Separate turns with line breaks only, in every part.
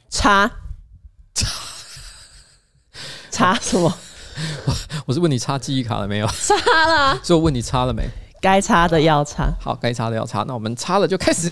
查查什么？
我是问你插记忆卡了没有？
查了啊，
所以我问你插了没？
该查的要查。
好，该插的要插，那我们插了就开始。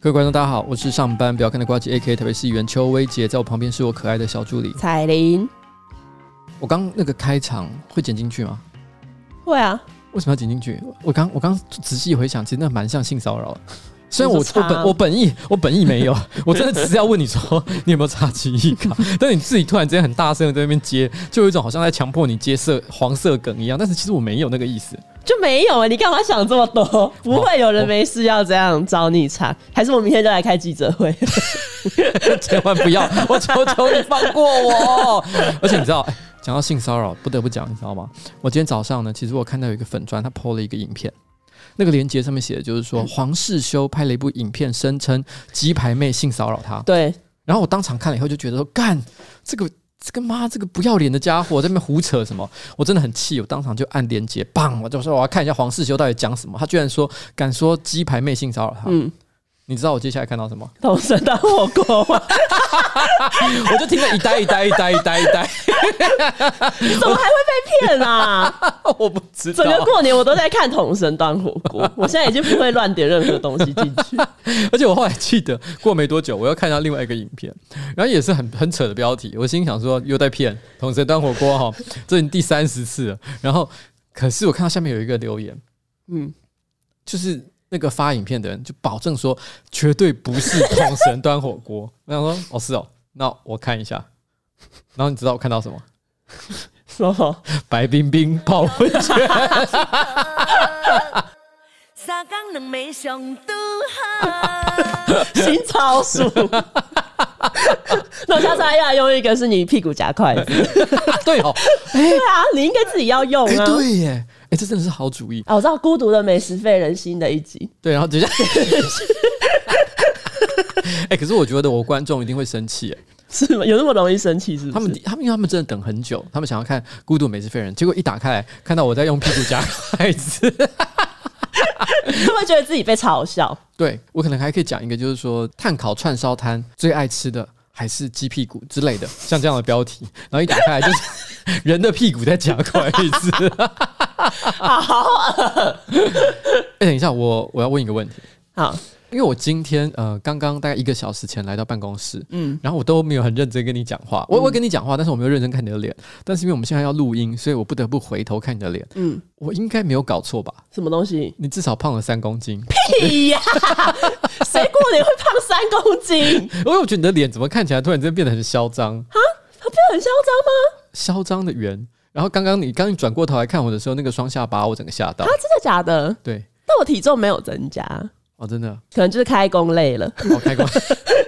各位观众，大家好，我是上班不要看的瓜姐 A K 特别是员邱薇姐，在我旁边是我可爱的小助理。
彩铃
我刚那个开场会剪进去吗？
会啊，
为什么要剪进去？我刚我刚仔细回想，其实那蛮像性骚扰的。虽然我
你说查
我本我本意我本意没有， 我真的只是要问你说 你有没有插记忆卡， 但你自己突然之间很大声的在那边接，就有一种好像在强迫你接色黄色梗一样。但是其实我没有那个意思，
就没有啊？你干嘛想这么多？不会有人没事要这样找你查，还是我明天就来开记者会？
千万不要！ 我求求你放过我！而且你知道，哎讲到性骚扰，不得不讲，你知道吗？我今天早上呢，其实我看到有一个粉砖，他 PO 了一个影片，那个链接上面写的就是说黄世修拍了一部影片，声称鸡排妹性骚扰他。
对，
然后我当场看了以后就觉得说，干这个这个妈这个不要脸的家伙在那边胡扯什么，我真的很气，我当场就按连接，棒！我就说我要看一下黄世修到底讲什么，他居然说敢说鸡排妹性骚扰他。
嗯，
你知道我接下来看到什么？
同神当火 锅吗？
我就听了一呆一呆一呆一呆一呆，
你怎么还会被骗啊？
我不知 道
整。个过年我都在看《同神当火锅》，我现在已经不会乱点任何东西进去。
而且我后来记得过没多久，我又看到另外一个影片，然后也是很很扯的标题，我心想说又在骗，同时端火锅哈，这已经第三十次了。然后可是我看到下面有一个留言，
嗯，
就是那个发影片的人就保证说绝对不是统神端火锅。我想说哦是哦，那我看一下。然后你知道我看到什么？
说好
白冰冰泡温泉。
三工两暝上拄好，
新超速。 那我下次还要用一个是你屁股夹筷子，
对哦，
对啊，你应该自己要用
哎、
啊。
对耶，哎、这真的是好主意。
啊，我知道《孤独的美食费人心》的一集，
对，然后等一下。 哎、可是我觉得我观众一定会生气，哎
是吗？有那么容易生气？是不是？
他们他们因为他们真的等很久，他们想要看《孤独美食废人》，结果一打开来看到我在用屁股夹筷子，
会不会觉得自己被嘲 笑？
对我可能还可以讲一个，就是说碳烤串烧摊最爱吃的还是鸡屁股之类的，像这样的标题，然后一打开来就是 人的屁股在夹筷子。 哎、等一下，我我要问一个问题，
好，
因为我今天呃刚刚大概一个小时前来到办公室，嗯，然后我都没有很认真跟你讲话，我我会跟你讲话，但是我没有认真看你的脸，但是因为我们现在要录音，所以我不得不回头看你的脸，嗯，我应该没有搞错吧？
什么东西？
你至少胖了三公斤，
屁 呀！谁过年会胖三公 斤？
因为我觉得你的脸怎么看起来突然之间变得很嚣张，
他不是很嚣张吗？
嚣张的圆。然后刚刚你刚你转过头来看我的时候，那个双下巴我整个吓到
啊。，真的假的？
对，
但我体重没有增加，
哦，真的，
可能就是开工累了。
好 开工。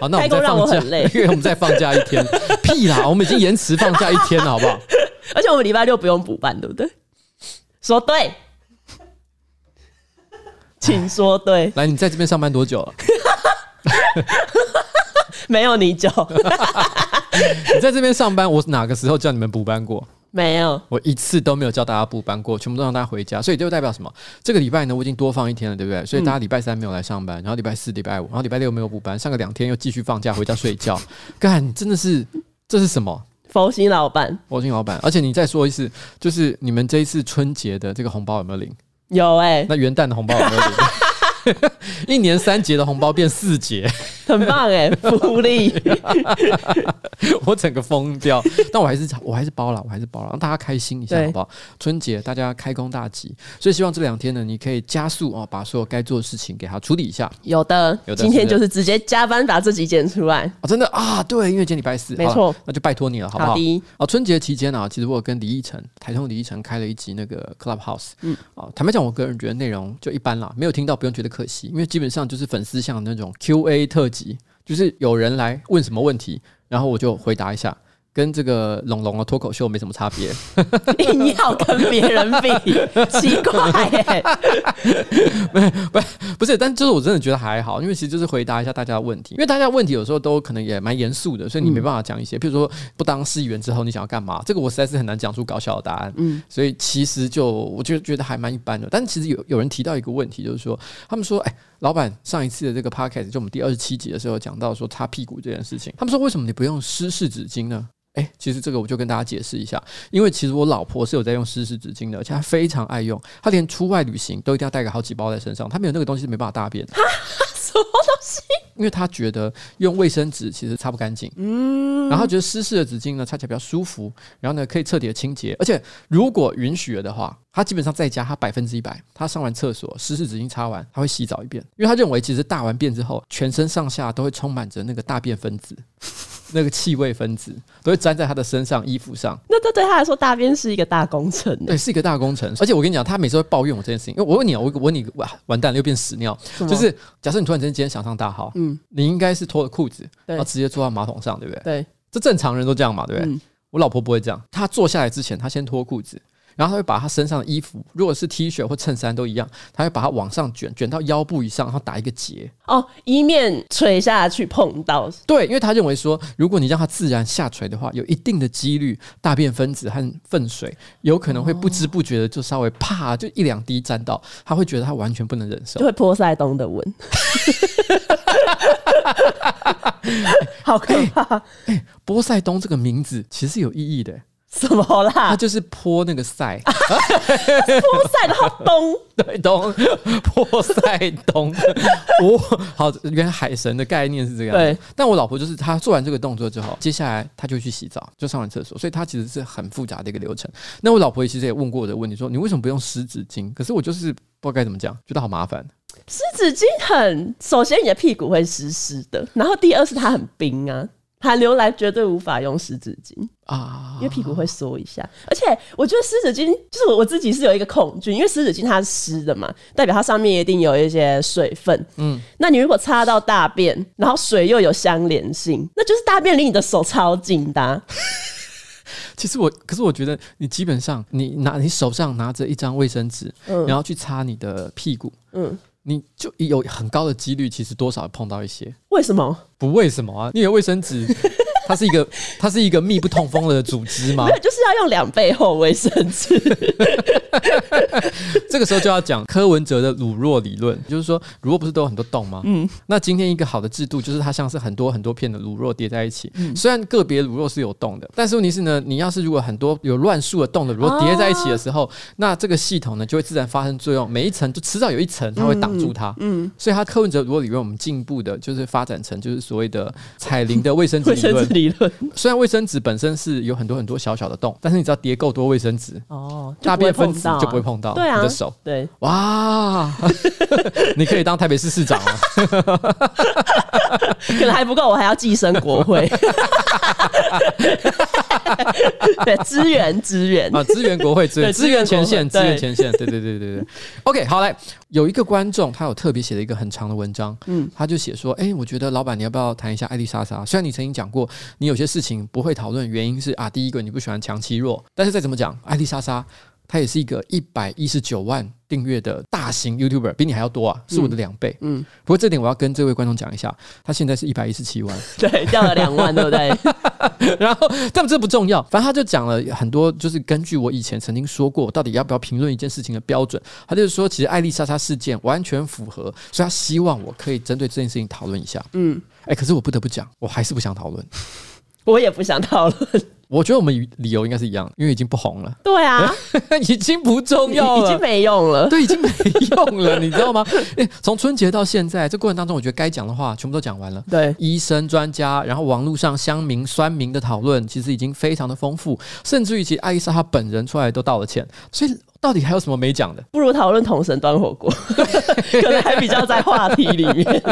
好，那我
开
们
工
再
让
放
我
假
很累，
因为我们再放假一天。屁啦，我们已经延迟放假一天了，好不好？
而且我们礼拜六不用补办，对不对？说对，请说对，
来，你在这边上班多久了？
没有你 就
你在这边上班，我哪个时候叫你们补班过？
没有。
我一次都没有叫大家补班过，全部都让大家回家，所以就代表什么？这个礼拜呢，我已经多放一天了，对不对？所以大家礼拜三没有来上班，然后礼拜四、礼拜五，然后礼拜六没有补班，上个两天又继续放假回家睡觉，干，真的是这是什么？
佛心老板
我金老板，而且你再说一次，就是你们这一次春节的这个红包有没有领？
有哎、
那元旦的红包有没有领？ 一年三节的红包变四节，
很棒哎、福利。
我整个疯掉。但我还是我还是包了，我还是包了，让大家开心一下
对
好不好？春节大家开工大吉，所以希望这两天呢，你可以加速哦，把所有该做的事情给它处理一下
有的，
有的
今天就是直接加班把这集剪出来。
啊！真的啊，对，因为今天礼拜四，
没
好了
错，
那就拜托你了，好不好？
的，
啊，春节期间啊，其实我有跟李依晨，台中的李依晨开了一集那个 Clubhouse，嗯，啊，坦白讲，我个人觉得内容就一般啦，没有听到不用觉得可惜，因为基本上就是粉丝像那种 Q&A 特辑，就是有人来问什么问题，然后我就回答一下。跟这个龙龙的脱口秀没什么差别。
你要跟别人 比，奇怪欸耶、
不是，但就是我真的觉得还好，因为其实就是回答一下大家的问题，因为大家的问题有时候都可能也蛮严肃的，所以你没办法讲一些，譬如说不当市议员之后你想要干嘛，这个我实在是很难讲出搞笑的答案。嗯，所以其实就我就觉得还蛮一般的。但其实有有人提到一个问题，就是说他们说，哎、老板上一次的这个 podcast 就我们第二十七集的时候讲到说擦屁股这件事情，他们说为什么你不用湿式纸巾呢？哎、其实这个我就跟大家解释一下，因为其实我老婆是有在用湿式纸巾的，而且她非常爱用，她连出外旅行都一定要带个好几包在身上，她没有那个东西是没办法大便的。
什么东西？
因为他觉得用卫生纸其实擦不干净，嗯，然后他觉得湿式的纸巾呢擦起来比较舒服，然后呢可以彻底的清洁，而且如果允许了的话，他基本上在家他百分之一百，他上完厕所湿式纸巾擦完，他会洗澡一遍，因为他认为其实大完便之后，全身上下都会充满着那个大便分子，那个气味分子都会粘在他的身上、衣服上，
那这对他来说，大便是一个大工程欸呢、
对，是一个大工程。而且我跟你讲，他每次会抱怨我这件事情，因为我问你啊，我我问你，哇，完蛋了，又变屎尿。
么
就是假设你突然之间今天想上大号，嗯，你应该是脱了裤子，
对
然后直接坐到马桶上，对不对？
对，
这正常人都这样嘛，对不对？
嗯
我老婆不会这样，她坐下来之前，她先脱裤子。然后她会把她身上的衣服，如果是 T 恤或衬衫都一样，她会把它往上卷，卷到腰部以上，然后打一个结。
哦，一面垂下去碰到，
对，因为她认为说，如果你让它自然下垂的话，有一定的几率，大便分子和粪水有可能会不知不觉的就稍微啪就一两滴沾到，她会觉得她完全不能忍受
就。会波塞冬的 吻，好可
哎
怕！
波塞冬这个名字其实有意义的，
什么
它
啦？
就是泼那个塞。
波塞然后冬，
对东波塞冬，我好，原来海神的概念是这个样子
对。
但我老婆就是她做完这个动作之后，接下来她就去洗澡，就上完厕所，所以她其实是很复杂的一个流程。那我老婆其实也问过我的问题，说你为什么不用湿纸巾？可是我就是不知道该怎么讲，觉得好麻烦。
湿纸巾很，首先你的屁股会湿湿的，然后第二是它很冰啊，寒流来绝对无法用湿纸巾。
啊
因为屁股会缩一下。而且我觉得湿纸巾，就是我我自己是有一个恐惧，因为湿纸巾它是湿的嘛，代表它上面一定有一些水分。嗯，那你如果擦到大便，然后水又有相连性，那就是大便离你的手超近的啊、
其实我，可是我觉得你基本上，你拿你手上拿着一张卫生纸，然后去擦你的屁股，嗯
嗯，
你就有很高的几率，其实多少碰到一些。
为什么？
不为什么啊？因为卫生纸它是一个它是一个密不通风的组织嘛
没。有，就是要用两倍厚卫生 纸。
这个时候就要讲柯文哲的乳酪理论，就是说乳酪不是都有很多洞吗？嗯，那今天一个好的制度就是它像是很多很多片的乳酪叠在一起，虽然个别乳酪是有洞的，但是问题是呢，你要是如果很多有乱数的洞的乳酪叠在一起的时候，那这个系统呢就会自然发生作用，每一层就迟早有一层它会挡住它。嗯，所以它柯文哲乳酪理论我们进步的就是发展成就是所谓的彩铃的卫生纸
卫
理
生
论
纸。理论
虽然卫生纸本身是有很多很多小小的洞，但是你只要叠够多卫生纸，
哦，
大便分子就不会
碰
碰到
对啊
你的手。
到。对，
哇， 你可以当台北市市长啊！
可能还不够，我还要寄生国会。对，支援支援
啊，支援国会，支援
对
支援前线，支
支
援
援
前线，对对对对对。OK，好来，有一个观众他有特别写了一个很长的文章，嗯，他就写说，哎、我觉得老板你要不要谈一下艾丽莎莎？虽然你曾经讲过，你有些事情不会讨论，原因是啊，第一个你不喜欢强欺弱，但是再怎么讲，艾丽莎莎。她也是一个一百一十九万订阅的大型 YouTuber，比你还要多啊，是我的两倍。嗯，不过这点我要跟这位观众讲一下，他现在是一百一十七万，
对，掉了两万，对不对？
然后，但这不重要，反正他就讲了很多，就是根据我以前曾经说过，到底要不要评论一件事情的标准，他就是说，其实艾丽莎莎事件完全符合，所以他希望我可以针对这件事情讨论一下。嗯，哎、可是我不得不讲，我还是不想讨论。
我也不想讨论。
我觉得我们与理由应该是一样的，因为已经不红了，
对啊，
已经不重
已
要
已
了
经。没用了。
对，已经没用了，你知道吗？ 哎、从春节到现在，这过程当中，我觉得该讲的话全部都讲完了。
对，
医生、专家，然后网络上乡民、酸民的讨论，其实已经非常的丰富，甚至于其实艾丽莎她本人出来都道了歉，所以到底还有什么没讲的？
不如讨论同神端火锅， 可能还比较在话题里面。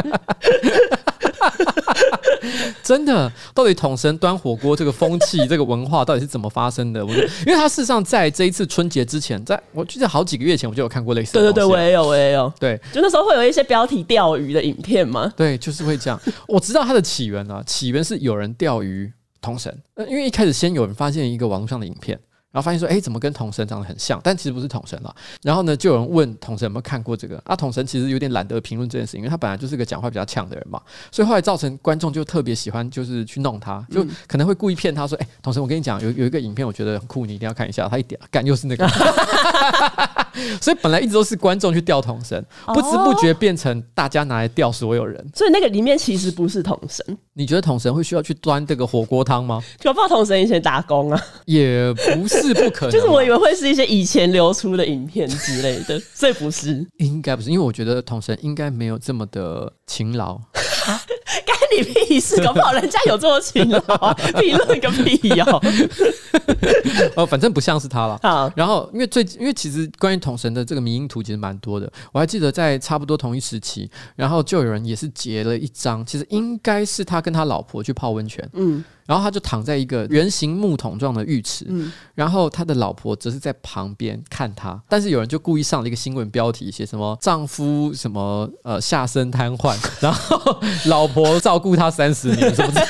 真的，到底统神端火锅这个风气、 这个文化到底是怎么发生的？我觉得，因为他事实上在这一次春节之前，在我记得好几个月前我就有看过类似
对
的
对
东
对，
西了，
我也有，我也有。
对。
就那时候会有一些标题钓鱼的影片嘛，
对，就是会这样。我知道它的起源了、啊，起源是有人钓鱼，童神、呃因为一开始先有人发现一个网络上的影片，然后发现说，哎、怎么跟童神长得很像？但其实不是童神啦。然后呢，就有人问童神有没有看过这个啊？童神其实有点懒得评论这件事情，因为他本来就是个讲话比较呛的人嘛，所以后来造成观众就特别喜欢，就是去弄他，
嗯
就可能会故意骗他说，哎、童神，我跟你讲，有有一个影片我觉得很酷，你一定要看一下。他一点干又 是那个，所以本来一直都是观众去钓童神，
哦
不知不觉变成大家拿来钓所有人。
所以那个里面其实不是童神，
你觉得童神会需要去端这个火锅汤吗？
搞不好童神以前打工啊，
也不是不可能 啊，
就是我以为会是一些以前流出的影片之类的，所以不是。
应该不是，因为我觉得童神应该没有这么的勤劳。
干你屁事！搞不好人家有这么勤劳啊，评论个屁哟、
呃，反正不像是他了。
好，
然后，因为最因为其实关于统神的这个迷因图其实蛮多的，我还记得在差不多同一时期，然后就有人也是截了一张，其实应该是他跟他老婆去泡温泉，
嗯，
然后他就躺在一个圆形木桶状的浴池，然后他的老婆则是在旁边看他，但是有人就故意上了一个新闻标题，写什么丈夫什么呃下身瘫痪，然后老婆照顾他三十年，什么之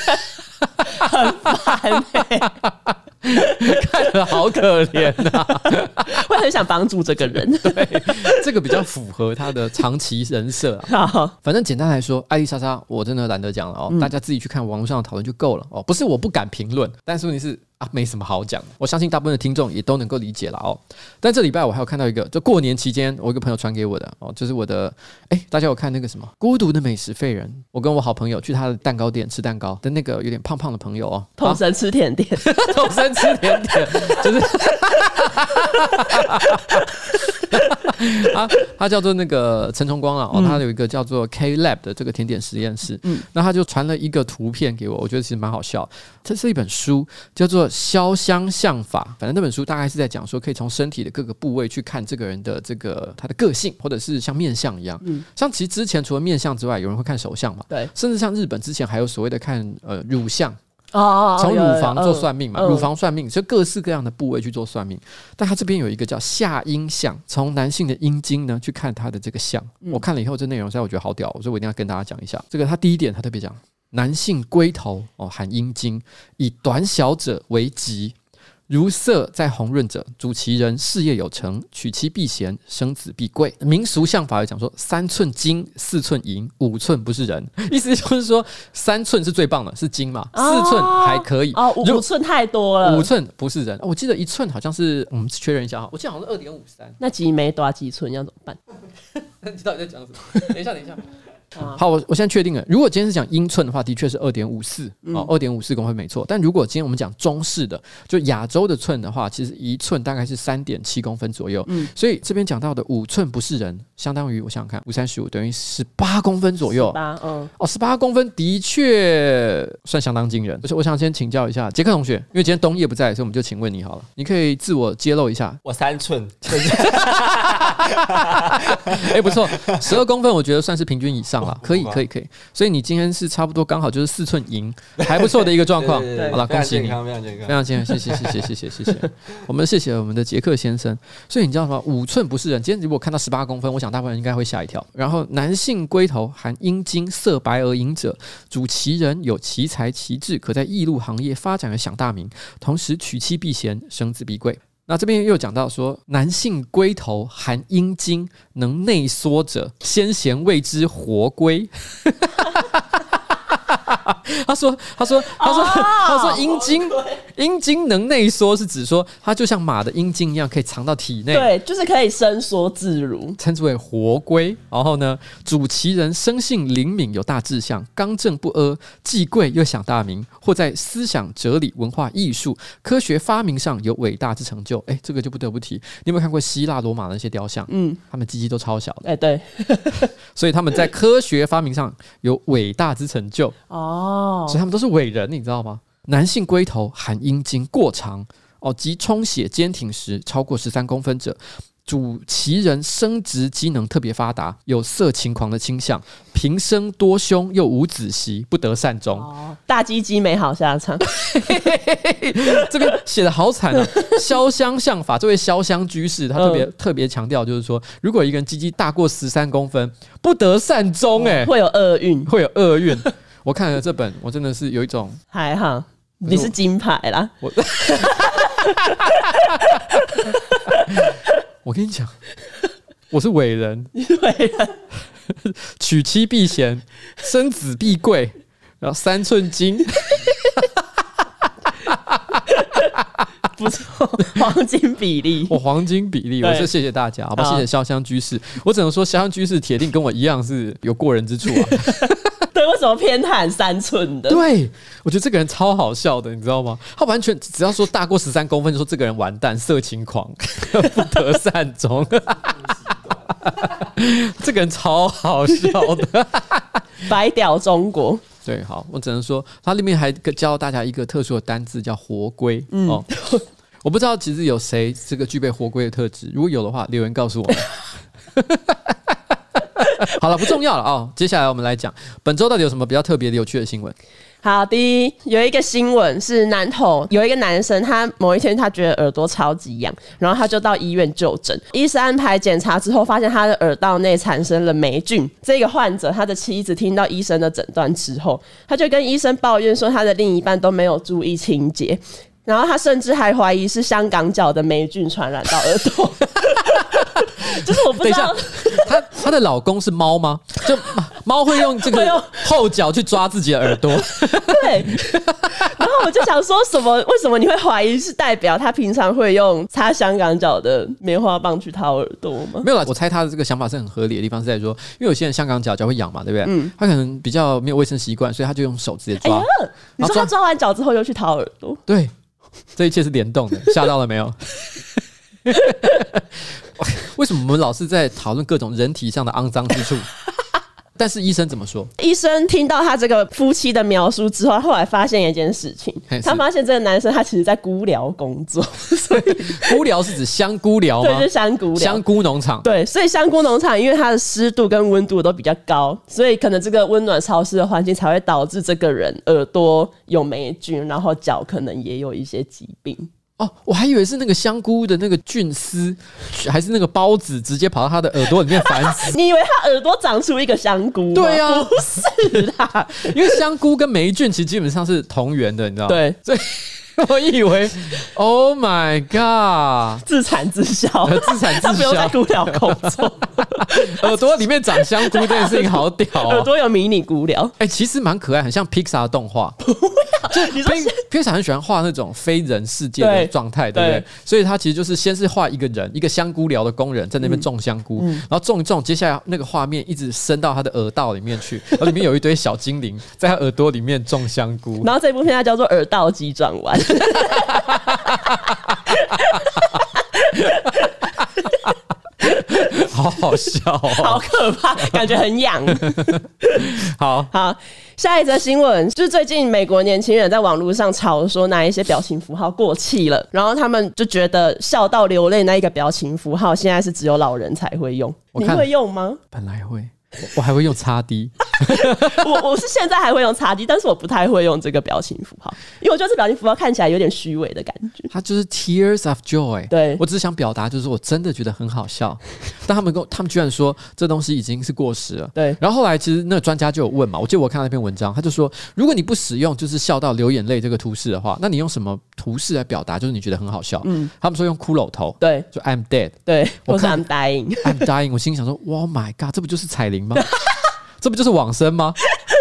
烦欸
看着 好可怜啊呐、
我也很想帮助这个人。
这个比较符合他的长期人设啊。
好，
反正简单来说，艾丽莎莎，我真的懒得讲了哦，大家自己去看网络上的讨论就够了哦。不是我不敢评论，但是问题是啊，没什么好讲的。我相信大部分的听众也都能够理解了哦。但这礼拜我还有看到一个，就过年期间我一个朋友传给我的哦，就是我的哎，大家有看那个什么《孤独的美食废人》？我跟我好朋友去他的蛋糕店吃蛋糕的那个有点胖胖的朋友哦，
童神吃甜点，
童生吃甜点，就是。 啊，他叫做那个陈崇光啊，哦，他有一个叫做 K Lab 的这个甜点实验室，嗯，那他就传了一个图片给我，我觉得其实蛮好笑。这是一本书，叫做《潇湘相法》，反正那本书大概是在讲说，可以从身体的各个部位去看这个人的这个他的个性，或者是像面相一样。像其实之前除了面相之外，有人会看手相嘛，
对，
甚至像日本之前还有所谓的看呃乳相，
哦哦
从乳房做算命嘛，
嗯
乳房算命，就各式各样的部位去做算命。但他这边有一个叫下阴相，从男性的阴茎呢去看他的这个相。
嗯
我看了以后，这内容实在我觉得好屌，所以我一定要跟大家讲一下。这个他第一点，他特别讲男性龟头哦含阴茎，以短小者为吉。如色在红润者，主其人事业有成，娶妻避嫌，生子必贵。民俗相法有讲说，三寸金，四寸银，五寸不是人，意思就是说三寸是最棒的，是金嘛，
哦
四寸还可以。
哦，五呃
如
五寸太多了，
五寸不是人，我记得一寸好像是，我们确认一下哈，我记得好像是二点五三。
那集没多几寸要怎么办？
那你到底在讲什么？等一下，等一下。
啊
好，我我现在确定了。如果今天是讲英寸的话，的确是二点五四
嗯
哦，二点五四公分没错。但如果今天我们讲中式的，就亚洲的寸的话，其实一寸大概是三点七公分左右。
嗯
所以这边讲到的五寸不是人，相当于我想想看，五三十五等于十八公分左右。
八，嗯，
哦，十八公分的确算相当惊人。不是，我想先请教一下杰克同学，因为今天冬叶不在，所以我们就请问你好了。你可以自我揭露一下。
我三寸，
哎、不错，十二公分我觉得算是平均以上了，可以，
哇
可以，可以。所以你今天是差不多刚好就是四寸银，还不错的一个状况。好了，
非常
恭喜
健
你。
康，非常健
非
康。
常健康，谢谢谢谢谢谢谢 谢，我们谢谢我们的杰克先生。所以你知道吗？五寸不是人，今天如果看到十八公分，我想大部分人应该会吓一跳。然后男性龟头含阴茎，色白而隐者，主其人有奇才奇智，可在异路行业发展而享大名，同时娶妻避嫌，生子必贵。那这边又讲到说，男性龟头含阴茎，能内缩者，先贤谓之活龟。 他说：“他说，他说，他说阴茎，阴茎能内缩是指说它就像马的阴茎一样，可以藏到体内。
对，就是可以伸缩自如。
称之为活龟。然后呢，主其人生性灵敏，有大志向，刚正不阿，既贵又享大名，或在思想、哲理、文化、艺术、科学发明上有伟大之成就。哎，这个就不得不提。你有没有看过希腊、罗马的那些雕像？嗯，他们鸡鸡都超小的，
哎、对，
所以他们在科学发明上有伟大之成就。
哦
所以，他们都是伟人，你知道吗？男性龟头含阴茎过长哦，及充血坚挺时超过十三公分者，主其人生殖机能特别发达，有色情狂的倾向，平生多凶又无子息，不得善终。
哦，大鸡鸡没好下场，
这边写的好惨啊！ 潇湘相法，这位潇湘居士他特
嗯
别、特别强调，就是说，如果一个人鸡鸡大过十三公分，不得善
哦
终、欸，哎、
会有厄运，
会有厄运。我看了这本，我真的是有一种
还好。你是金牌啦，
我，我跟你讲，我是伟人，
你是伟人，
娶妻避嫌，生子必贵，然后三寸金，
不错，黄金比例。
我黄金比例，
对
我是谢谢大家，好吧，
好
谢谢潇湘居士，我只能说潇湘居士铁定跟我一样是有过人之处 啊。
对，为什么偏袒三寸的？
对，我觉得这个人超好笑的，你知道吗？他完全只要说大过十三公分，就说这个人完蛋，色情狂， 不得善终。 这个人超好笑的。
白屌中国，
对，好，我只能说，它里面还教大家一个特殊的单字，叫活龟。
嗯
哦， 我不知道其实有谁这个具备活龟的特质，如果有的话，留言告诉我们。 好了，不重要了哦。接下来我们来讲本周到底有什么比较特别的、有趣的新闻？
好的，有一个新闻是南投有一个男生，他某一天他觉得耳朵超级痒，然后他就到医院就诊，医生安排检查之后，发现他的耳道内产生了霉菌。这个患者他的妻子听到医生的诊断之后，他就跟医生抱怨说他的另一半都没有注意清洁。然后他甚至还怀疑是香港脚的霉菌传染到耳 朵， 就是我不
等
知
一下
道，
她她的老公是猫吗？就啊猫会用这
会
个
用
后脚去抓自己的耳朵，
对，然后我就想说什么？为什么你会怀疑是代表他平常会用擦香港脚的棉花棒去掏耳朵吗？
没有啦，我猜她的这个想法是很合理的地方是在说，因为有些人香港脚脚会痒嘛，对不对？她可能比较没有卫生习惯，所以她就用手直接
嗯哎
抓。
呀，你说他抓完脚之后又去掏耳朵，
对，这一切是联 动的，吓到了没有？为什么我们老是在讨论各种人体上的肮脏之处？但是医生怎 么说？
医生听到他这个夫妻的描述之后，后来发现一件事情
嘿，是
他发现这个男生他其实在孤寮工作，所以
菇疗是指香菇疗
对，
吗
就是？香菇寮
香。菇农场。
对，所以香菇农场因为它的湿度跟温度都比较高，所以可能这个温暖潮湿的环境才会导致这个人耳朵有霉菌，然后脚可能也有一些疾 病。。
哦，我还以为是那个香菇的那个菌丝，还是那个孢子直接跑到他的耳朵里面繁殖
你以为他耳朵长出一个香菇吗？
对啊
不 是啦，
因为香菇跟霉菌其实基本上是同源的，你知道吗？
对，
所以 我以为，Oh my god，
自产自 销，
自产
他
自
不用在
销，
孤寮工作，
耳朵里面长香菇这件事情好屌
耳
哦。
朵有迷你孤寮。
哎、其实蛮可爱，很像 Pixar 的 动画。
你说
Pix- Pixar 很喜欢画那种非人世界的
对
状态，对不对
对？
所以他其实就是先是画一个人，一个香菇寮的工人在那边种香菇，
嗯
然后种一种，接下来那个画面一直伸到他的耳道里面 去，然后里面有一堆小精灵在他耳朵里面种香菇。
然后这部片它叫做《耳道急转弯》，
哦好好笑
好
哦！
可怕，感觉很痒。
好，
好，下一则新闻就是最近美国年轻人在网络上吵说哪一些表情符号过气了，然后他们就觉得笑到流泪那一个表情符号现在是只有老人才会用，
我
你
看
会用吗？
本来会，我我还会用叉 D，
我我是现在还会用叉 D，但是我不太会用这个表情符号，因为我觉得这表情符号看起来有点虚伪的感觉。
它就是 Tears of Joy。
对
我只是想表达，就是我真的觉得很 好笑，但他们跟我他们居然说这东西已经是过时了。
对
然后后来其实那个专家就有问嘛，我记得我看到那篇文章，他就说，如果你不使用就是笑到流眼泪这个图示的话，那你用什么图示来表达？就是你觉得很好笑。嗯，他们说用骷髅头，
对
就 I'm dead。
对，
我
我是
看
I'm dying，
I'm dying，我心里想说，Oh my god，这不就是彩铃吗？ 这不就是往生吗？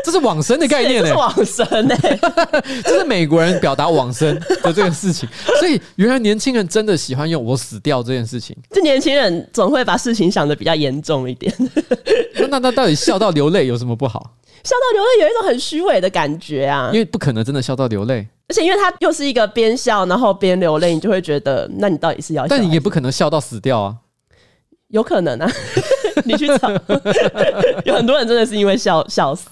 这是往生的概念
哎这
欸呢、
是往生呢、欸
这是美国人表达往生的这个事情，所以原来年轻人真的喜欢用“我死掉”这件事情。
这年轻人总会把事情想的比较严重一点，笑
那那那到底笑到流泪有什么不好？
到流泪有一种很虚伪的感觉啊
因。为不可能真的笑到流泪，
而且因为他又是一个边笑然后边流泪，你就会觉得，那你到底是要笑还
但
是？
你也不可能笑到死掉啊。
有可能 啊，你去找， 有很多人真的是因为笑笑死。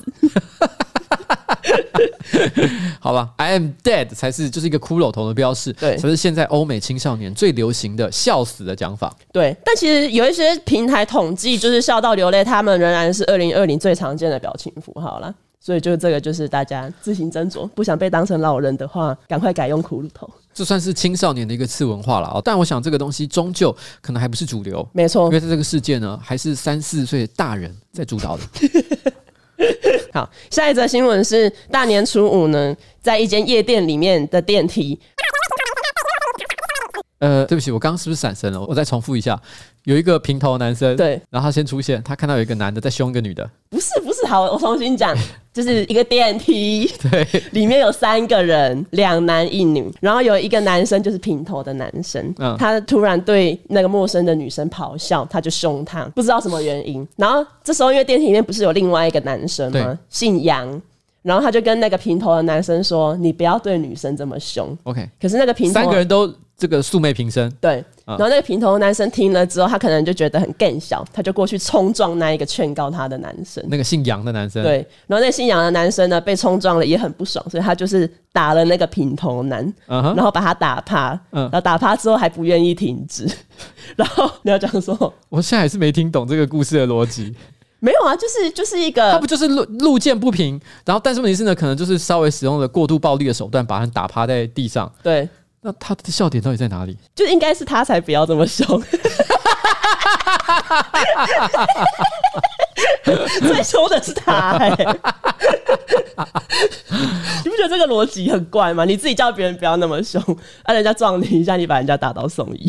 好吧，I am dead 才是就是一个骷髅头的标示，
对
才是现在欧美青少年最流行的笑死的讲法。
对，但其实有一些平台统计，就是笑到流泪，他们仍然是二零二零最常见的表情符号啦。所以就这个就是大家自行斟酌，不想被当成老人的话，赶快改用骷髅头。
这算是青少年的一个次文化了啊、哦，但我想这个东西终究可能还不是主流，
没错
因为，在这个世界呢，还是三四岁的大人在主导的。
好，下一则新闻是大年初五呢，在一间夜店里面的电梯，
呃，对不起，我刚刚是不是闪神了？我再重复一下，有一个平头男生，
对，
然后他先出现，他看到有一个男的在凶一个女的，
不是不是，好，我重新 讲，就是一个电梯，
对，
里面有三个人，两男一女，然后有一个男生就是平头的男生，
嗯
他突然对那个陌生的女生咆哮，他就凶她，不知道什么原因。然后这时候因为电梯里面不是有另外一个男生
对
吗？姓杨，然后他就跟那个平头的男生说：“你不要对女生这么凶。
OK，”
可是那个平头
三个人都这个素昧平生，
对，
嗯
然后那个平头的男生听了之后，他可能就觉得很更小，他就过去冲撞那一个劝告他的男生。
那个姓杨的男生，，
对，然后那姓杨的男生呢被冲撞了也很不爽，所以他就是打了那个平头男，
嗯哼
然后把他打趴，
嗯
然后打趴之后还不愿意停止，然后你要讲说
我现在还是没听懂这个故事的 逻辑，
没有啊，就是就是一
他
个
不就是路路见不平，然后但是问题是呢，可能就是稍微使用了过度暴力的手段，把人打趴在地上，
对，
那他的笑点到底 在哪里？
就应该是他才不要这么凶。 最凶的是他、欸， 你不觉得这个逻辑很怪吗？你自己叫别人不要那么凶，啊，人家撞你一下，你把人家打到送医。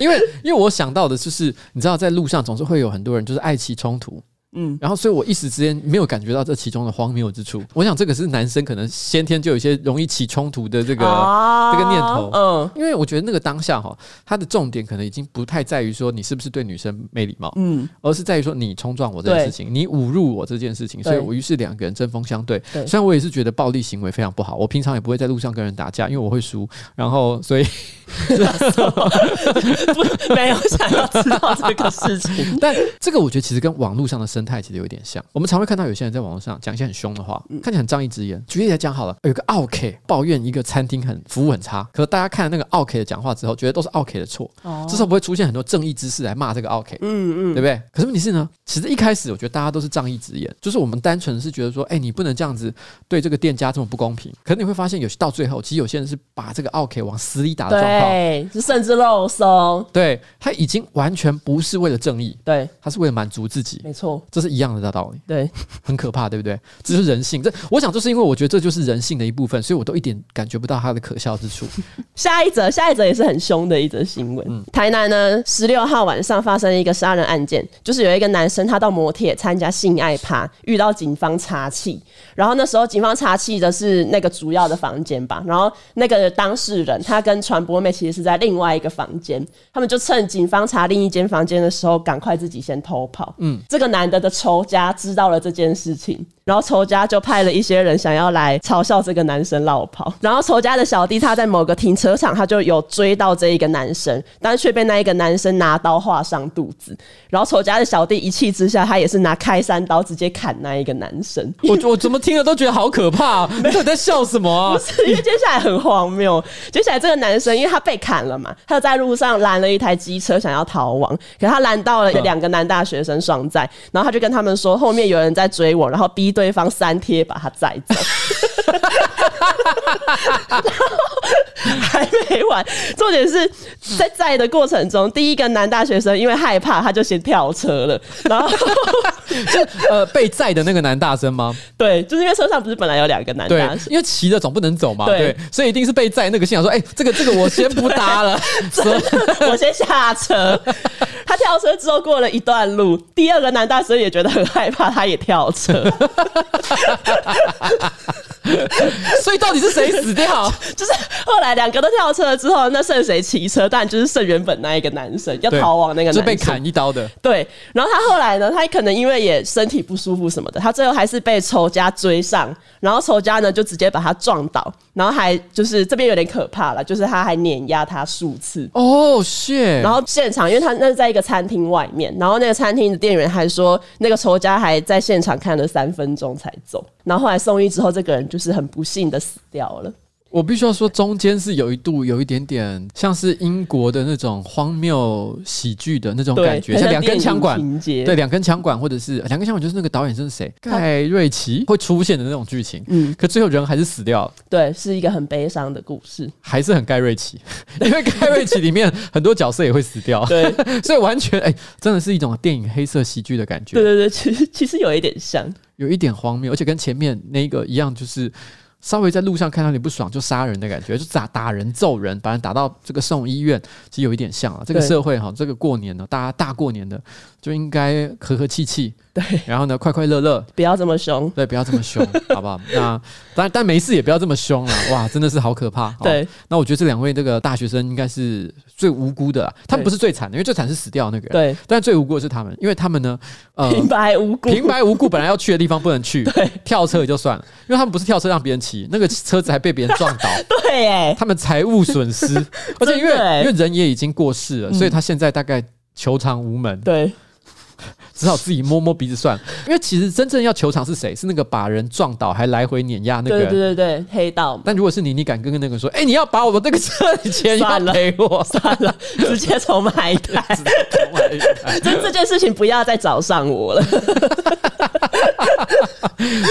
因为因为我想到的就是，你知道在路上总是会有很多人就是爱起冲突，嗯，然后所以我一时之间没有感觉到这其中的荒谬之处。我想这个是男生可能先天就有一些容易起冲突的这个、
啊
这个念头。
嗯，
因为我觉得那个当下哈，它的重点可能已经不太在于说你是不是对女生没礼貌，嗯，而是在于说你冲撞我这件事情，你侮辱我这件事情，
对
所以我于是两个人针锋相对。
对
虽然我也是觉得暴力行为非常不好，我平常也不会在路上跟人打架，因为我会输。然后所以。
不，没有想要知道这个事情
但这个我觉得其实跟网络上的生态其实有一点像。我们常会看到有些人在网络上讲一些很凶的话，看起来很仗义直言。举例来讲好了，有一个奥 K 抱怨一个餐厅很服务很差，可是大家看了那个奥 K 的讲话之后，觉得都是奥 K 的错。这时候不会出现很多正义之士来骂这个奥 K，嗯嗯，对不对？可是问题是呢，其实一开始我觉得大家都是仗义直言，就是我们单纯是觉得说，哎、你不能这样子对这个店家这么不公平。可是你会发现有，到最后其实有些人是把这个奥 K 往死里 打的状况。
对，是甚至肉松。
对他已经完全不是为了正义，
对，
他是为了满足自己。
没错，
这是一样的大道理，
对，
很可怕，对不对？这就是人性。这我想，就是因为我觉得这就是人性的一部分，所以我都一点感觉不到它的可笑 之处。
下一则，下一则也是很凶的一则新闻。
嗯
台南呢，十六号晚上发生了一个杀人案件，就是有一个男生他到摩铁参加性爱趴，遇到警方查气，然后那时候警方查气的是那个主要的房间吧，然后那个当事人他跟传播妹其实是在另外一个房间，他们就趁警方查另一间房间的时候，赶快自己先偷跑。嗯，这个男的的仇家知道了这件事情，然后仇家就派了一些人想要来嘲笑这个男生落跑。然后仇家的小弟他在某个停车场，他就有追到这一个男生，但是却被那一个男生拿刀划伤肚子。然后仇家的小弟一气之下，他也是拿开山刀直接砍那一个男生。
我我怎么听了都觉得好可怕、啊，你到底在笑什么啊
不？是，因为接下来很荒谬。接下来这个男生，因为他被砍了嘛，他就在路上拦了一台机车，想要逃亡，可他拦到了
嗯
两个男大学生双载，然后他就跟他们说后面有人在追我，然后逼对方三贴把他载走。然后还没完，重点是在载的过程中，第一个男大学生因为害怕，他就先跳车了，然后。
就是呃，被载的那个男大生吗？
对，就是因为车上不是本来有两个男
对
大学，
因为骑的总不能走嘛，
对
对，所以一定是被载那个心想说，哎、这个这个我先不 搭了，所以
我先下 车。他跳车之后过了一段路，第二个男大生也觉得很害怕，他也跳 车。
所以到底是谁 死掉？
就是后来两个都跳车了之后，那剩谁骑车？但就是剩原本那一个男生要
对
逃亡那个男
就
生
被砍一刀的，
对，然后他后来呢，他可能因为也身体不舒服什么的，他最后还是被仇家追上，然后仇家呢就直接把他撞倒，然后还就是这边有点可怕了，就是他还碾压他数次。
哦、谢，
然后现场，因为他那是在一个餐厅外面，然后那个餐厅的店员还说，那个仇家还在现场看了三分钟才走，然后后来送医之后，这个人就是很不幸的死掉了。
我必须要说，中间是有一度有一点点像是英国的那种荒谬喜剧的那种
对，
感觉，
很
像两根枪管
电影，情节，
对，，两根枪管，或者是呃两根枪管，就是那个导演是谁，盖瑞奇会出现的那种剧情。
嗯，
可最后人还是死掉了，
对，是一个很悲伤的故事。
还是很盖瑞奇， 因为盖瑞奇里面很多角色也会死掉，
对，
所以完全哎、真的是一种电影黑色喜剧的感
对
觉，
对对，其实其实有一点像，
有一点荒谬，而且跟前面那个一样，就是稍微在路上看到你不爽就杀人的感觉，就打打人、揍人，把人打到这个送医院，其实有一点像啊。这个
对
社会哈，这个过年呢，大家大过年的就应该和和气气，
对，
然后呢，快快乐乐，
不要这么凶。
对，不要这 么凶，好不好？那但但没事也不要这么凶了，哇，真的是好可怕。哦
对，
那我觉得这两位这个大学生应该是最无辜的啦，他们
对
不是最惨的，因为最惨是死掉那个人，
对，
但最无辜的是他们，因为他们呢， 呃。
平白无故，
平白无故本来要去的地方不能 去，跳车也就算了，因为他们不是跳车让别人骑，那个车子还被别人撞 倒，
对，哎，
他们财务 损失，而且因为
真的欸嗯
因为人也已经过世了，所以他现在大概求偿无门，
对，
只好自己摸摸鼻子算了。因为其实真正要求偿是谁？是那个把人撞倒还来回碾压那个
对对
人。
对对，黑道嘛，
但如果是你，你敢跟那个人说：“哎、你要把我这个车的钱 要
算了
赔我
算了，直接重买一台。这这件事情不要再找上我了。？”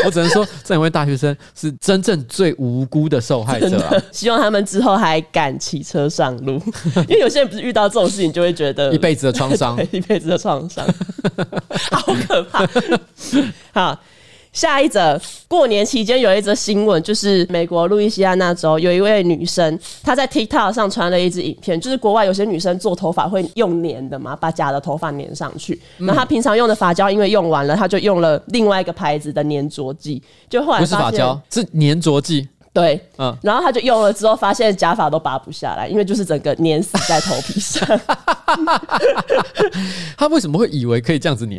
我只能说，这两位大学生是真正最无辜的受害者、啊。
希望他们之后还敢骑车上 路，因为有些人不是遇到这种事情就会觉得
一辈子的创伤
对一辈子的创伤， 好可怕。 好，下一则，过年期间有一则新闻，就是美国路易斯安那州有一位女生，她在 TikTok 上传了一支影片，就是国外有些女生做头发会用粘的嘛，把假的头发粘上去。
嗯
那她平常用的发胶因为用完了，她就用了另外一个牌子的粘着剂，就后来
不是
发
发
现
胶，是粘着剂。
对，
嗯
然后他就用了之后，发现假发都拔不下来，因为就是整个粘死在头皮 上，
他为什么会以为可以这样子粘？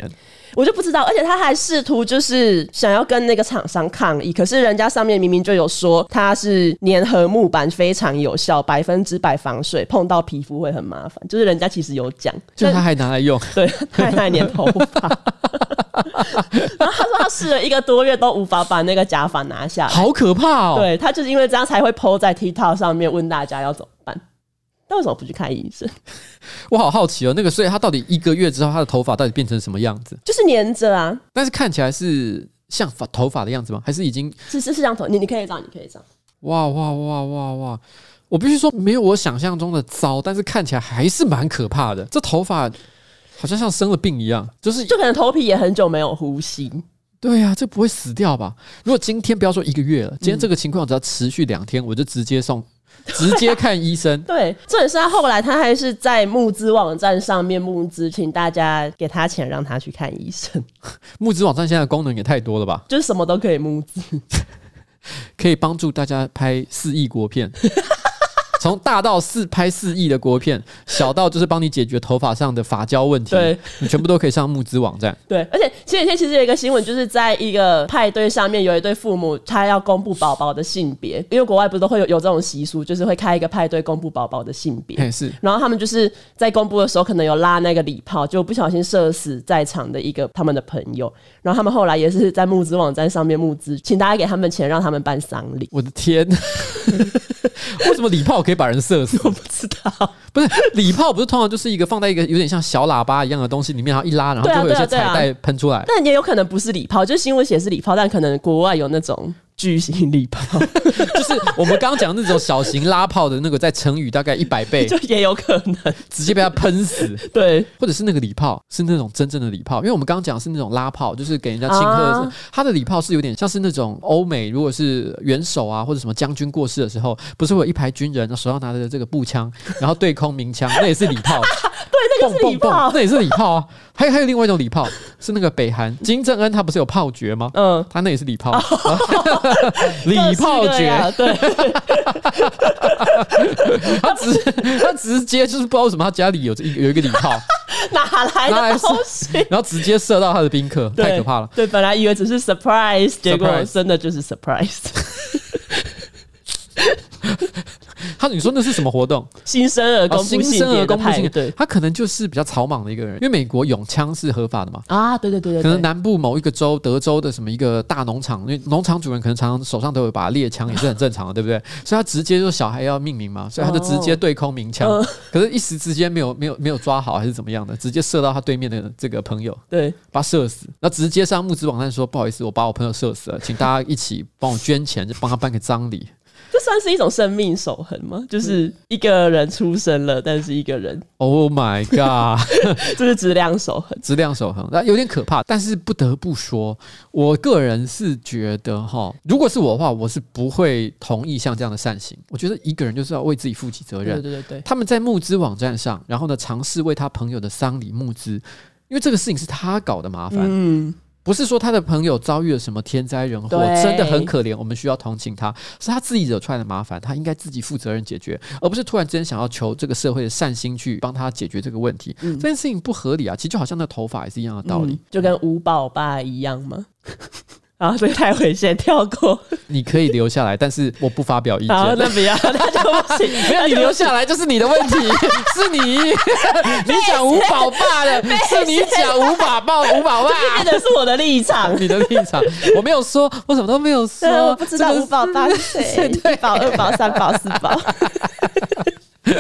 我就不知道。而且他还试图就是想要跟那个厂商抗议，可是人家上面明明就有说它是粘合木板，非常有效，百分之百防水，碰到皮肤会很麻烦。就是人家其实有讲，
就他还拿来用，
对，太爱粘头发。然后他说他试了一个多月都无法把那个假发拿下来，
好可怕哦！
对他就是因为这样才会 PO 在 TikTok 上面问大家要怎么办。那为什么不去看医生？
我好好奇哦，那个所以他到底一个月之后他的头发到底变成什么样子？
就是粘着啊，
但是看起来是像发头发的样子吗？还是已经
是是是这样头，你你可以这样，你可以这样。
哇哇哇哇哇！我必须说，没有我想象中的糟，但是看起来还是蛮可怕的。这头发好像像生了病一样，就是
就可能头皮也很久没有呼吸，
对呀、啊，这不会死掉吧？如果今天不要说一个月了，今天这个情况只要持续两天，我就直接送，直接看 医生。
对，重点是他后来他还是在募资网站上面募资，请大家给他钱让他去看医生，
募资网站现在的功能也太多了吧？
就是什么都可以募资。
可以帮助大家拍四亿国片， 从大到四拍四亿的国片，小到就是帮你解决头发上的发胶问题，
对
你全部都可以上募资 网站。
对，而且前几天其实有一个新闻，就是在一个派对上面，有一对父母他要公布宝宝的性别，因为国外不是都会有有这种习俗，就是会开一个派对公布宝宝的性别。
嘿，是
然后他们就是在公布的时候，可能有拉那个礼炮，就不小心射死在场的一个他们的朋友。然后他们后来也是在募资网站上面募资，请大家给他们钱，让他们办丧礼。
我的天， 为什么礼炮可以把人 射死？
我不知道，
不是礼炮，不是通常就是一个放在一个有点像小喇叭一样的东西里面，然后一拉，然后
对啊
就会有一些
对啊对
彩
啊
带喷出来。
但也有可能不是礼炮，就是新闻写是礼炮，但可能国外有那种巨型礼炮，
就是我们刚刚讲的那种小型拉炮的那个，在成语大概一百 倍
就，也有可能。
直接被它喷死。
对，
或者是那个礼炮是那种真正的礼炮，因为我们刚刚讲的是那种拉炮，就是给人家庆贺的时候。
啊
他的礼炮是有点像是那种欧美，如果是元首啊或者什么将军过世的时候，不是会有一排军人手上拿着这个步枪，然后对空鸣 枪，那也是礼炮。
那
对，
个是礼炮
那也是礼炮啊。还有还有另外一种礼炮，是那个北韩金正恩他不是有炮决吗？
嗯，哦
他那也是礼炮， 礼炮
各式各
决，
样对，
他直他直接就是不知道为什么他家里有这一个有一个礼炮，
哪来的东西？
然后直接射到他的宾客，
对
太可怕了。
对，本来以为只是 surprise，结果
Surprise
真的就是 surprise。
他你说那是什么活动？
哦新生儿
啊
呃公布
新
性
生儿
别的
公布
派
性
对
他可能就是比较草莽的一个人，因为美国永枪是合法的嘛。
啊，对对对对，
可能
对
南部某一个州，德州的什么一个大农场，因为农场主人可能常常手上都有一把猎枪，也是很正常的，对不对？所以他直接就小孩要命名嘛，所以他就直接对空鸣枪，
哦
可是一时之间没有没有没有抓好还是怎么样的，直接射到他对面的这个朋友，
对
把他射死。那直接上募资网站说，不好意思，我把我朋友射死了，请大家一起帮我捐钱，就帮他办个葬礼。
这算是一种生命守恒吗？就是一个人出生了，但是一个人
Oh my god！
就是质量守恒。
质量守恒，那有点可怕。但是不得不说，我个人是觉得哈，如果是我的话，我是不会同意像这样的善行。我觉得一个人就是要为自己负起责
对对
任。
对对，
他们在募资网站上，然后呢，尝试为他朋友的丧礼募资，因为这个事情是他搞的麻烦，
嗯，
不是说他的朋友遭遇了什么天灾人祸，
对
真的很可怜，我们需要同情他，是他自己惹出来的麻烦，他应该自己负责任解决，而不是突然之间想要求这个社会的善心去帮他解决这个问题，这件事情不合理啊。其实就好像那头发也是一样的道理，
嗯就跟五宝爸一样 吗？啊，这个太危险，跳过。
你可以留下来，但是我不发表意
好，
见。
那不要，那就不行。
没有，你留下来就是你的问 题，是你，你讲五宝爸的，是你讲五宝爸五宝爸。
变成是我的立场。
你的立场，我没有说，我什么都没有
对，啊
说，
我不知道
这个
五宝八 是谁，一宝、二宝、三宝、四宝。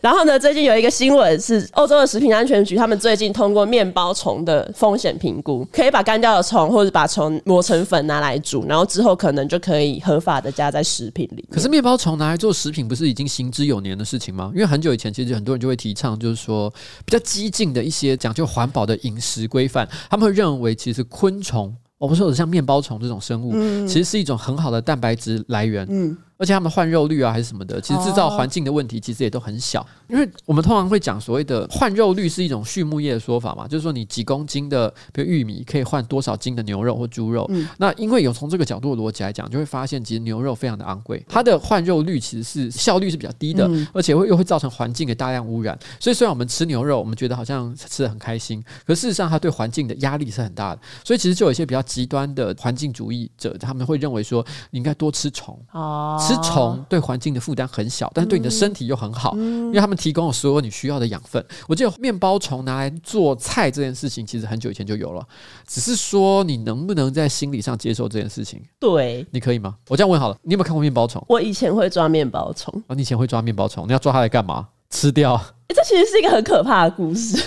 然后呢，最近有一个新闻是，欧洲的食品安全局他们最近通过面包虫的风险评估，可以把干掉的虫或者把虫磨成粉拿来煮，然后之后可能就可以合法的加在食品里面。
可是面包虫拿来做食品，不是已经行之有年的事情吗？因为很久以前，其实很多人就会提倡，就是说比较激进的一些讲究环保的饮食规范，他们会认为其实昆虫。哦我不是有像面包虫这种生物，
嗯
其实是一种很好的蛋白质来源，嗯，而且它们换肉率啊还是什么的，其实制造环境的问题其实也都很小，因为我们通常会讲所谓的换肉率是一种畜牧业的说法嘛，就是说你几公斤的比如玉米可以换多少斤的牛肉或猪肉，那因为有从这个角度的逻辑来讲，就会发现其实牛肉非常的昂贵，它的换肉率其实是效率是比较低的，而且会又会造成环境的大量污染。所以虽然我们吃牛肉，我们觉得好像吃的很开心，可事实上它对环境的压力是很大的。所以其实就有一些比较极端的环境主义者，他们会认为说你应该多吃虫。
哦
吃虫对环境的负担很小，但是对你的身体又很好，因为他们提供了所有你需要的养分。我记得面包虫拿来做菜这件事情，其实很久以前就有了，只是说你能不能在心理上接受这件事情，
对，
你可以吗？我这样问好了，你有没有看过面包虫？
我以前会抓面包虫，
啊，你以前会抓面包虫，你要抓它来干嘛？吃掉？
欸这其实是一个很可怕的故事。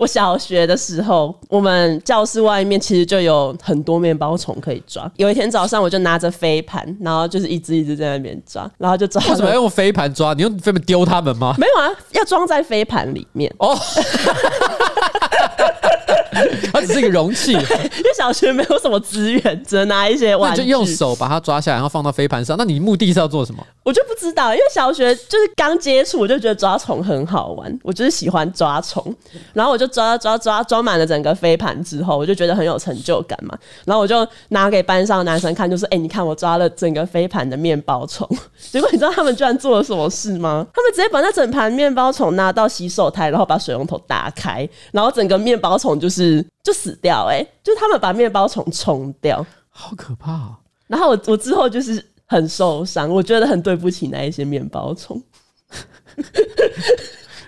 我小学的时候，我们教室外面其实就有很多面包虫可以抓。有一天早上，我就拿着飞盘，然后就是一只一只在那边抓，然后就抓
为什么要
了。
用飞盘抓？你用飞盘丢它们吗？
没有啊，要装在飞盘里面，
哦。 它只是一个容器，
因为小学没有什么资源，只能拿一些
那
玩
你
具。
就用手把它抓下来，然后放到飞盘上。那你目的是要做什么？
我就不知道，因为小学就是刚接触，我就觉得抓虫很好玩，我就是喜欢抓虫，然后我就抓抓抓装满了整个飞盘之后，我就觉得很有成就感嘛，然后我就拿给班上的男生看，就是哎、诶你看我抓了整个飞盘的面包虫， 结果你知道他们居然做了什么事吗？他们直接把那整盘面包虫拿到洗手台，然后把水龙头打开，然后整个面包虫就是就死掉、欸，哎，就是他们把面包虫冲掉。
好可怕、啊！
然后我我之后就是很受伤，我觉得很对不起那一些面包虫。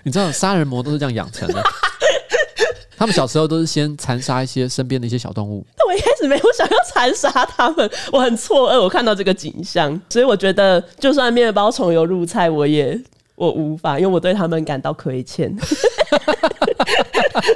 你知道杀人魔都是这样养成 的，他们小时候都是先残杀一些身边的一些小动物。
但我一开始没有想要残杀他们，我很错愕，我看到这个景象，所以我觉得就算面包虫有入菜，我也我无法，因为我对他们感到亏欠。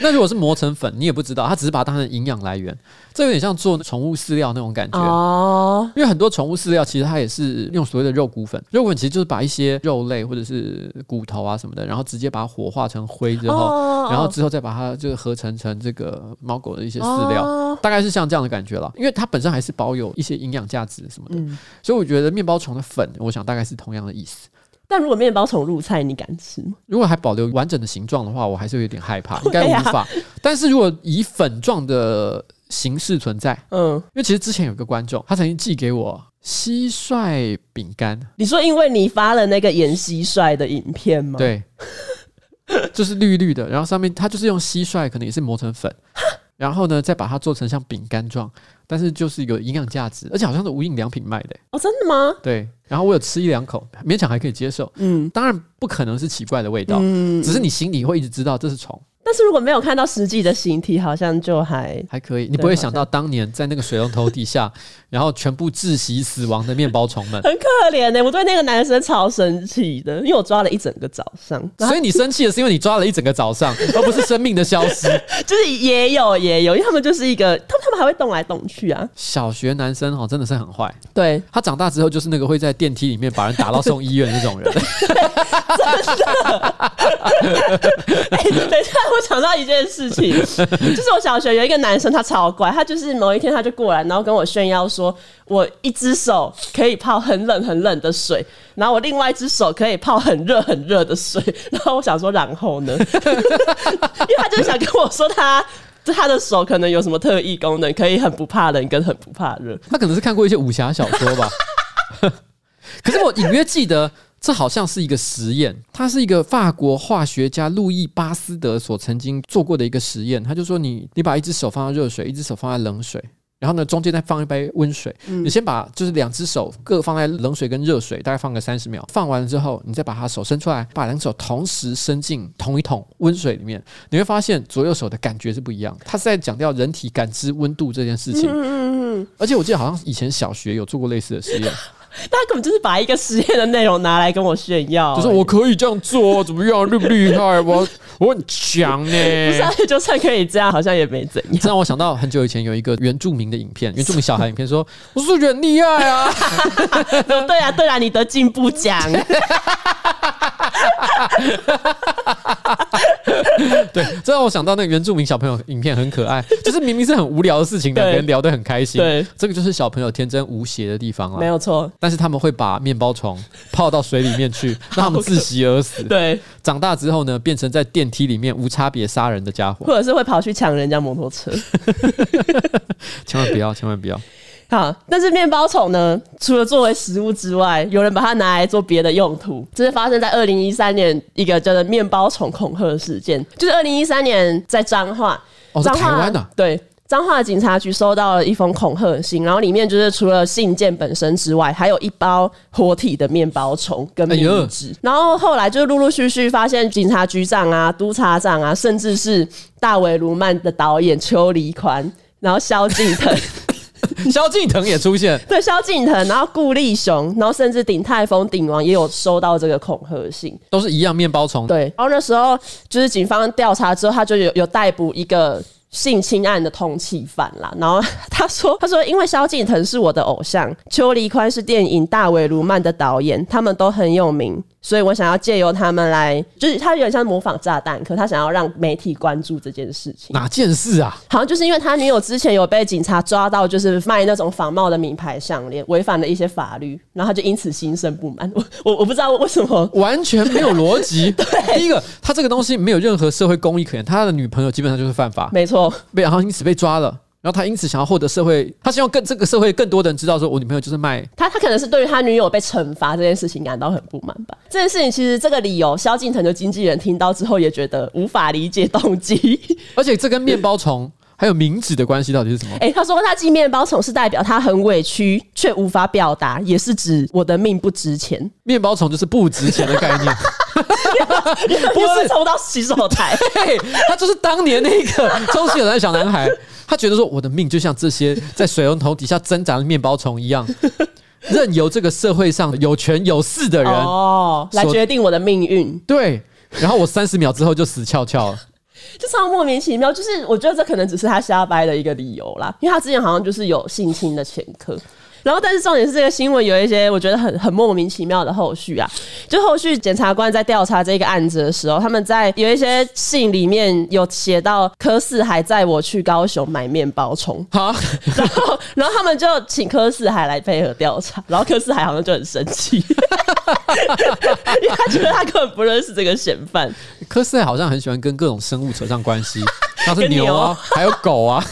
那如果是磨成粉，你也不知道，他只是把它当成营养来源，这有点像做宠物饲料那种感觉。
哦，
因为很多宠物饲料其实它也是用所谓的肉骨粉，肉骨粉其实就是把一些肉类或者是骨头啊什么的，然后直接把它火化成灰之后，
哦
然后之后再把它就是合成成这个猫狗的一些饲料，
哦
大概是像这样的感觉了。因为它本身还是保有一些营养价值什么的，所以我觉得面包虫的粉，我想大概是同样的意思。
但如果面包虫入菜，你敢吃吗？
如果还保留完整的形状的话，我还是有点害怕，应该
对啊
无法。但是如果以粉状的形式存在，
嗯，
因为其实之前有个观众，他曾经寄给我蟋蟀饼干，
你说因为你发了那个演蟋蟀的影片吗？，
对，就是绿绿的，然后上面它就是用蟋蟀，可能也是磨成粉，然后呢再把它做成像饼干状，但是就是有营养价值，而且好像是无印良品卖的、
哦，真的吗？
对，然后我有吃一两口，勉强还可以接受。
嗯
当然不可能是奇怪的味道，
嗯，
只是你心里会一直知道这是虫，
但是如果没有看到实际的形体，好像就还
还可以，你
对
不会
好
想到当年在那个水龙头底 下，然后全部窒息死亡的面包虫们。
很可怜欸呢、我对那个男生超生气的，因为我抓了一整个早上，然后
所以你生气的是因为你抓了一整个 早上，而不是生命的消失。
就是也有也有，因为他们就是一个，他们他们还会动来动去啊。
小学男生哦哈、真的是很坏，
对，
他长大之后就是那个会在电梯里面把人打到送医院的那种人。
哎、等一下，我想到一件事 情，就是我小学有一个男生，他超怪，他就是某一天他就过来，然后跟我炫耀说，我一只手可以泡很冷很冷的水，然后我另外一只手可以泡很热很热的水，然后我想说，然后呢？因为他就是想跟我说他。就他的手可能有什么特异功能，可以很不怕冷跟很不怕热。
他可能是看过一些武侠小说吧。 可是我隐约记得，这好像是一个实验，它是一个法国化学家路易巴斯德所曾经做过的一个实验。他就说你，你把一只手放在热水，一只手放在冷水。然后呢，中间再放一杯温水，你先把就是两只手各放在冷水跟热水，大概放个三十秒。放完了之后，你再把它手伸出来，把两手同时伸进同一桶温水里面，你会发现左右手的感觉是不一样。他是在讲掉人体感知温度这件事情。而且我记得好像以前小学有做过类似的实 验，
但他根本就是把一个实验的内容拿来跟我炫耀、欸
就是我可以这样做，怎么样，厉不厉害？ 我我很强呢、
不是、啊，就算可以这样，好像也没怎样。
这让我想到很久以前有一个原住民的影 片，原住民小孩影片说，我数学很厉害啊，
对啊，对啊，你得进步 奖。
对，这让我想到那个原住民小朋友影片很可爱， 就是明明是很无聊的事情，两个人聊得很开心，
对，
这个就是小朋友天真无邪的地方
没
啊。
有错，
但是他们会把面包虫泡到水里 面去，让他们窒息而死。
对，
长大之后呢，变成在电梯里面无差别杀人的家伙
或，者是会跑去抢人家摩托车。
千万不要，千万不要。
好，但是面包虫呢，除了作为食物之外，有人把它拿来做别的用途。这是发生在二零一三年一个叫做面包虫恐吓事件，就是二零一三年在彰化，
哦，在
彰
台
化
湾的、
对。彰化警察局收到了一封恐吓信，然后里面就是除了信件本身之外，还有一包活体的面包虫跟
哎
面
呦
纸。然后后来就陆陆续续发现，警察局长啊、督察长啊，甚至是大卫·卢曼的导演邱黎宽，然后萧敬腾，
萧敬腾也 出现，
对萧敬腾，然后顾立雄，然后甚至鼎泰丰、鼎王也有收到这个恐吓信。
都是一样面包虫。
对，然后那时候就是警方调查之后，他就有有逮捕一个性侵案的通缉犯啦。然后他说，他说因为萧敬腾是我的偶像，邱黎宽是电影《大卫·卢曼》的导演，他们都很有名，所以我想要借由他们来，就是他有点像模仿炸弹，可他想要让媒体关注这件事情。
哪件事啊？
好像就是因为他女友之前有被警察抓到，就是卖那种仿冒的名牌项链，违反了一些法律，然后他就因此心生不满。我我我不知道为什么
完全没有逻辑。第一个，他这个东西没有任何社会公益可言，他的女朋友基本上就是犯法，
没错，
被然后因此被抓了。然后他因此想要获得社会，他希望更这个社会更多的人知道，说我女朋友就是卖
他他可能是对于他女友被惩罚这件事情感到很不满吧。这件事情其实这个理由，萧敬腾的经纪人听到之后也觉得无法理解动机。
而且这跟面包虫还有名指的关系到底是什么？
哎、他说他寄面包虫是代表他很委屈却无法表达，也是指我的命不值钱，
面包虫就是不值钱的概念，
不是冲到洗手台。
嘿，他就是当年那 个周星驰的小男孩，他觉得说我的命就像这些在水龙头底下挣扎的面包虫一样，任由这个社会上有权有势的人、
哦，来
所
决定我的命运，
对，然后我三十秒之后就死翘翘了。
就超莫名其妙。就是我觉得这可能只是他瞎掰的一个理由啦，因为他之前好像就是有性侵的前科。然后，但是重点是这个新闻有一些我觉得很很莫名其妙的后续啊，就后续检察官在调查这个案子的时候，他们在有一些信里面有写到科四还载我去高雄买面包虫，
好，
然后 然后他们就请柯四海来配合调查，然后柯四海好像就很生气， 因为他觉得他根本不认识这个嫌犯。
科斯好像很喜欢跟各种生物扯上关系，像是牛
跟牛
啊，还有狗啊，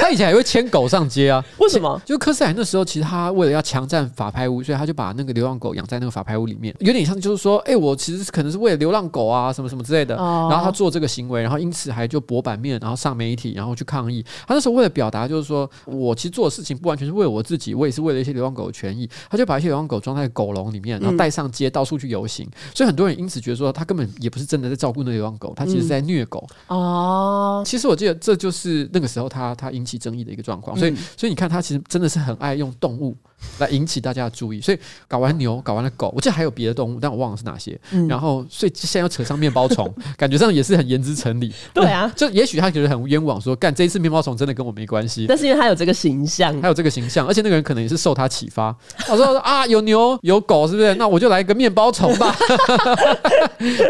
他以前还会牵狗上街啊。
为什么？
就科斯海那时候，其实他为了要强占法拍屋，所以他就把那个流浪狗养在那个法拍屋里面，有点像就是说，哎、我其实可能是为了流浪狗啊，什么什么之类的。
哦
然后他做这个行为，然后因此还就博版面，然后上媒体，然后去抗议。他那时候为了表达就是说我其实做的事情不完全是为了我自己，我也是为了一些流浪狗的权益。他就把一些流浪狗装在狗笼里面，然后带上街到处去游行。所以很多人因此觉得说，他根本也不是真的在照顾那流浪狗，他其实是在虐狗。
哦，
其实我记得这就是那个时候他他引起争议的一个状况，
嗯
所以、所以你看他其实真的是很爱用动物来引起大家的注意，所以搞完牛，搞完了狗，我记得还有别的动物，但我忘了是哪些。
嗯
然后所以现在又扯上面包虫，感觉上也是很言之成理。
对啊，
就也许他觉得很冤枉说干这一次面包虫真的跟我没关系。
但是因为他有这个形象，
还有这个形象，而且那个人可能也是受他启发。我说啊，有牛有狗，是不是？那我就来一个面包虫吧。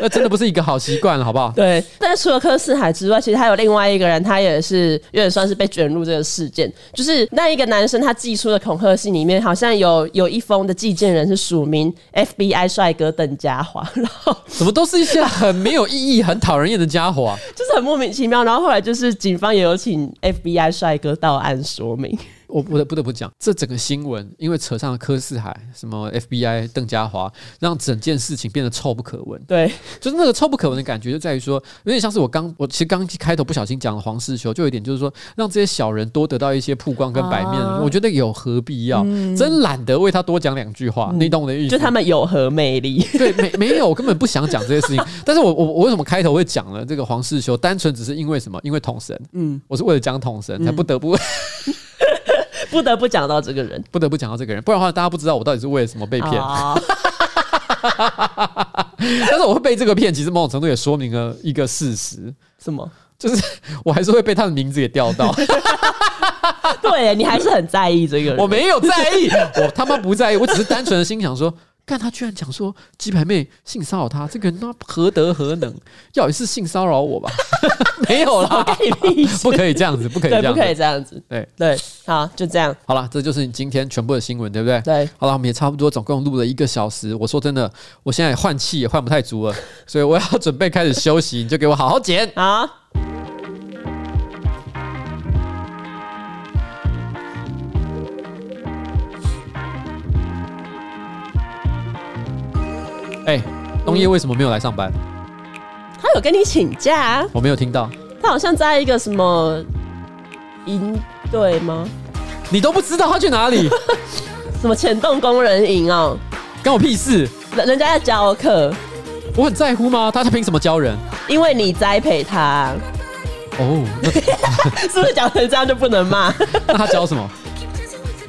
那真的不是一个好习惯，好不好？
对，但是除了柯四海之外，其实还有另外一个人，他也是有点算是被卷入这个事件。就是那一个男生，他寄出的恐吓信里面，好像有有一封的寄件人是署名 FBI 帅哥邓家华，然后
怎么都是一些很没有意义、很讨人厌的家伙啊、
就是很莫名其妙。然后后来就是警方也有请 FBI 帅哥到案说明。
我不得不得不讲，这整个新闻因为扯上了柯四海、什么 FBI、邓家华，让整件事情变得臭不可闻。
对，
就是那个臭不可闻的感觉，就在于说，有点像是我刚我其实刚开头不小心讲了黄世修，就有一点就是说，让这些小人多得到一些曝光跟白面，
啊嗯
我觉得有何必要？真懒得为他多讲两句话，你懂我的意思
就
吗？
他们有何魅力？
对，没没有，我根本不想讲这些事情。但是我我我为什么开头会讲了这个黄世修？单纯只是因为什么？因为统神，嗯，我是为了讲统神
嗯
才不得不、
不得不讲到这个人
不得不讲到这个人，不然的话大家不知道我到底是为了什么被骗。
哦
但是我会被这个骗，其实某种程度也说明了一个事实，
什么？
就是我还是会被他的名字给钓 到。
对你还是很在意这个人。
我没有在意，我他妈不在意，我只是单纯的心想说，看他居然讲说鸡排妹性骚扰他，这个人他妈何德何能？要也是性骚扰我吧？ 没有啦，
干你屁事
不可以这样子，不可以这
对，
样
不
子，
可以这样子。
对。
对，好，就这样。
好啦，这就是你今天全部的新闻，对不对？
对。
好了，我们也差不多，总共录了一个小时。我说真的，我现在换气也换不太足了，所以我要准备开始休息。你就给我好好剪。
好，
哎、冬叶为什么没有来上班？
他有跟你请假啊、
我没有听到，
他好像在一个什么营队吗？
你都不知道他去哪里，
什么浅动工人营哦、
关我屁事！
人人家在教课，
我很在乎吗？他他凭什么教人？
因为你栽培他，
哦，那
是不是讲成这样就不能 骂
那他教什么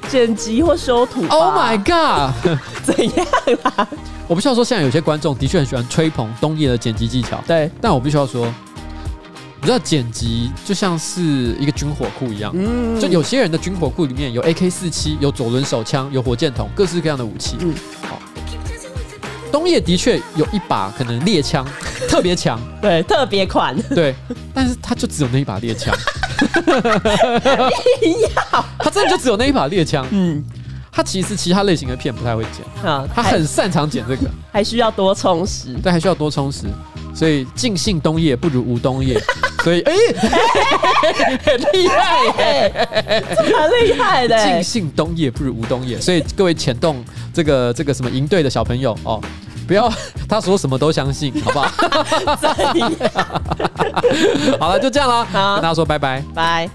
剪辑或修图吧
？Oh my god！
怎样 啦？
我必须要说，现在有些观众的确很喜欢吹捧冬叶的剪辑技巧，
对，
但我必须要说，你知道剪辑就像是一个军火库一样，
嗯
就有些人的军火库里面有 AK 四七，有左轮手枪，有火箭筒，各式各样的武器。
嗯
好，冬叶的确有一把可能猎枪 特别强，
对，特别 款，
对，但是他就只有那一把 猎枪，他真的就只有那一把猎枪。
嗯，
他其实其他类型的片不太会剪，
好，
他
还
很擅长剪这个，
还需要多充实。
但还需要多充实。所以尽兴冬叶不如无冬叶，所以哎，很厉害耶！
哎、 这蛮厉害的、
尽兴冬夜不如无冬夜，所以各位浅动这个这个什么营队的小朋友哦，不要 他说什么都相信，好不好？
怎样
好了，就这样啦，
好
跟大家说拜拜。
拜。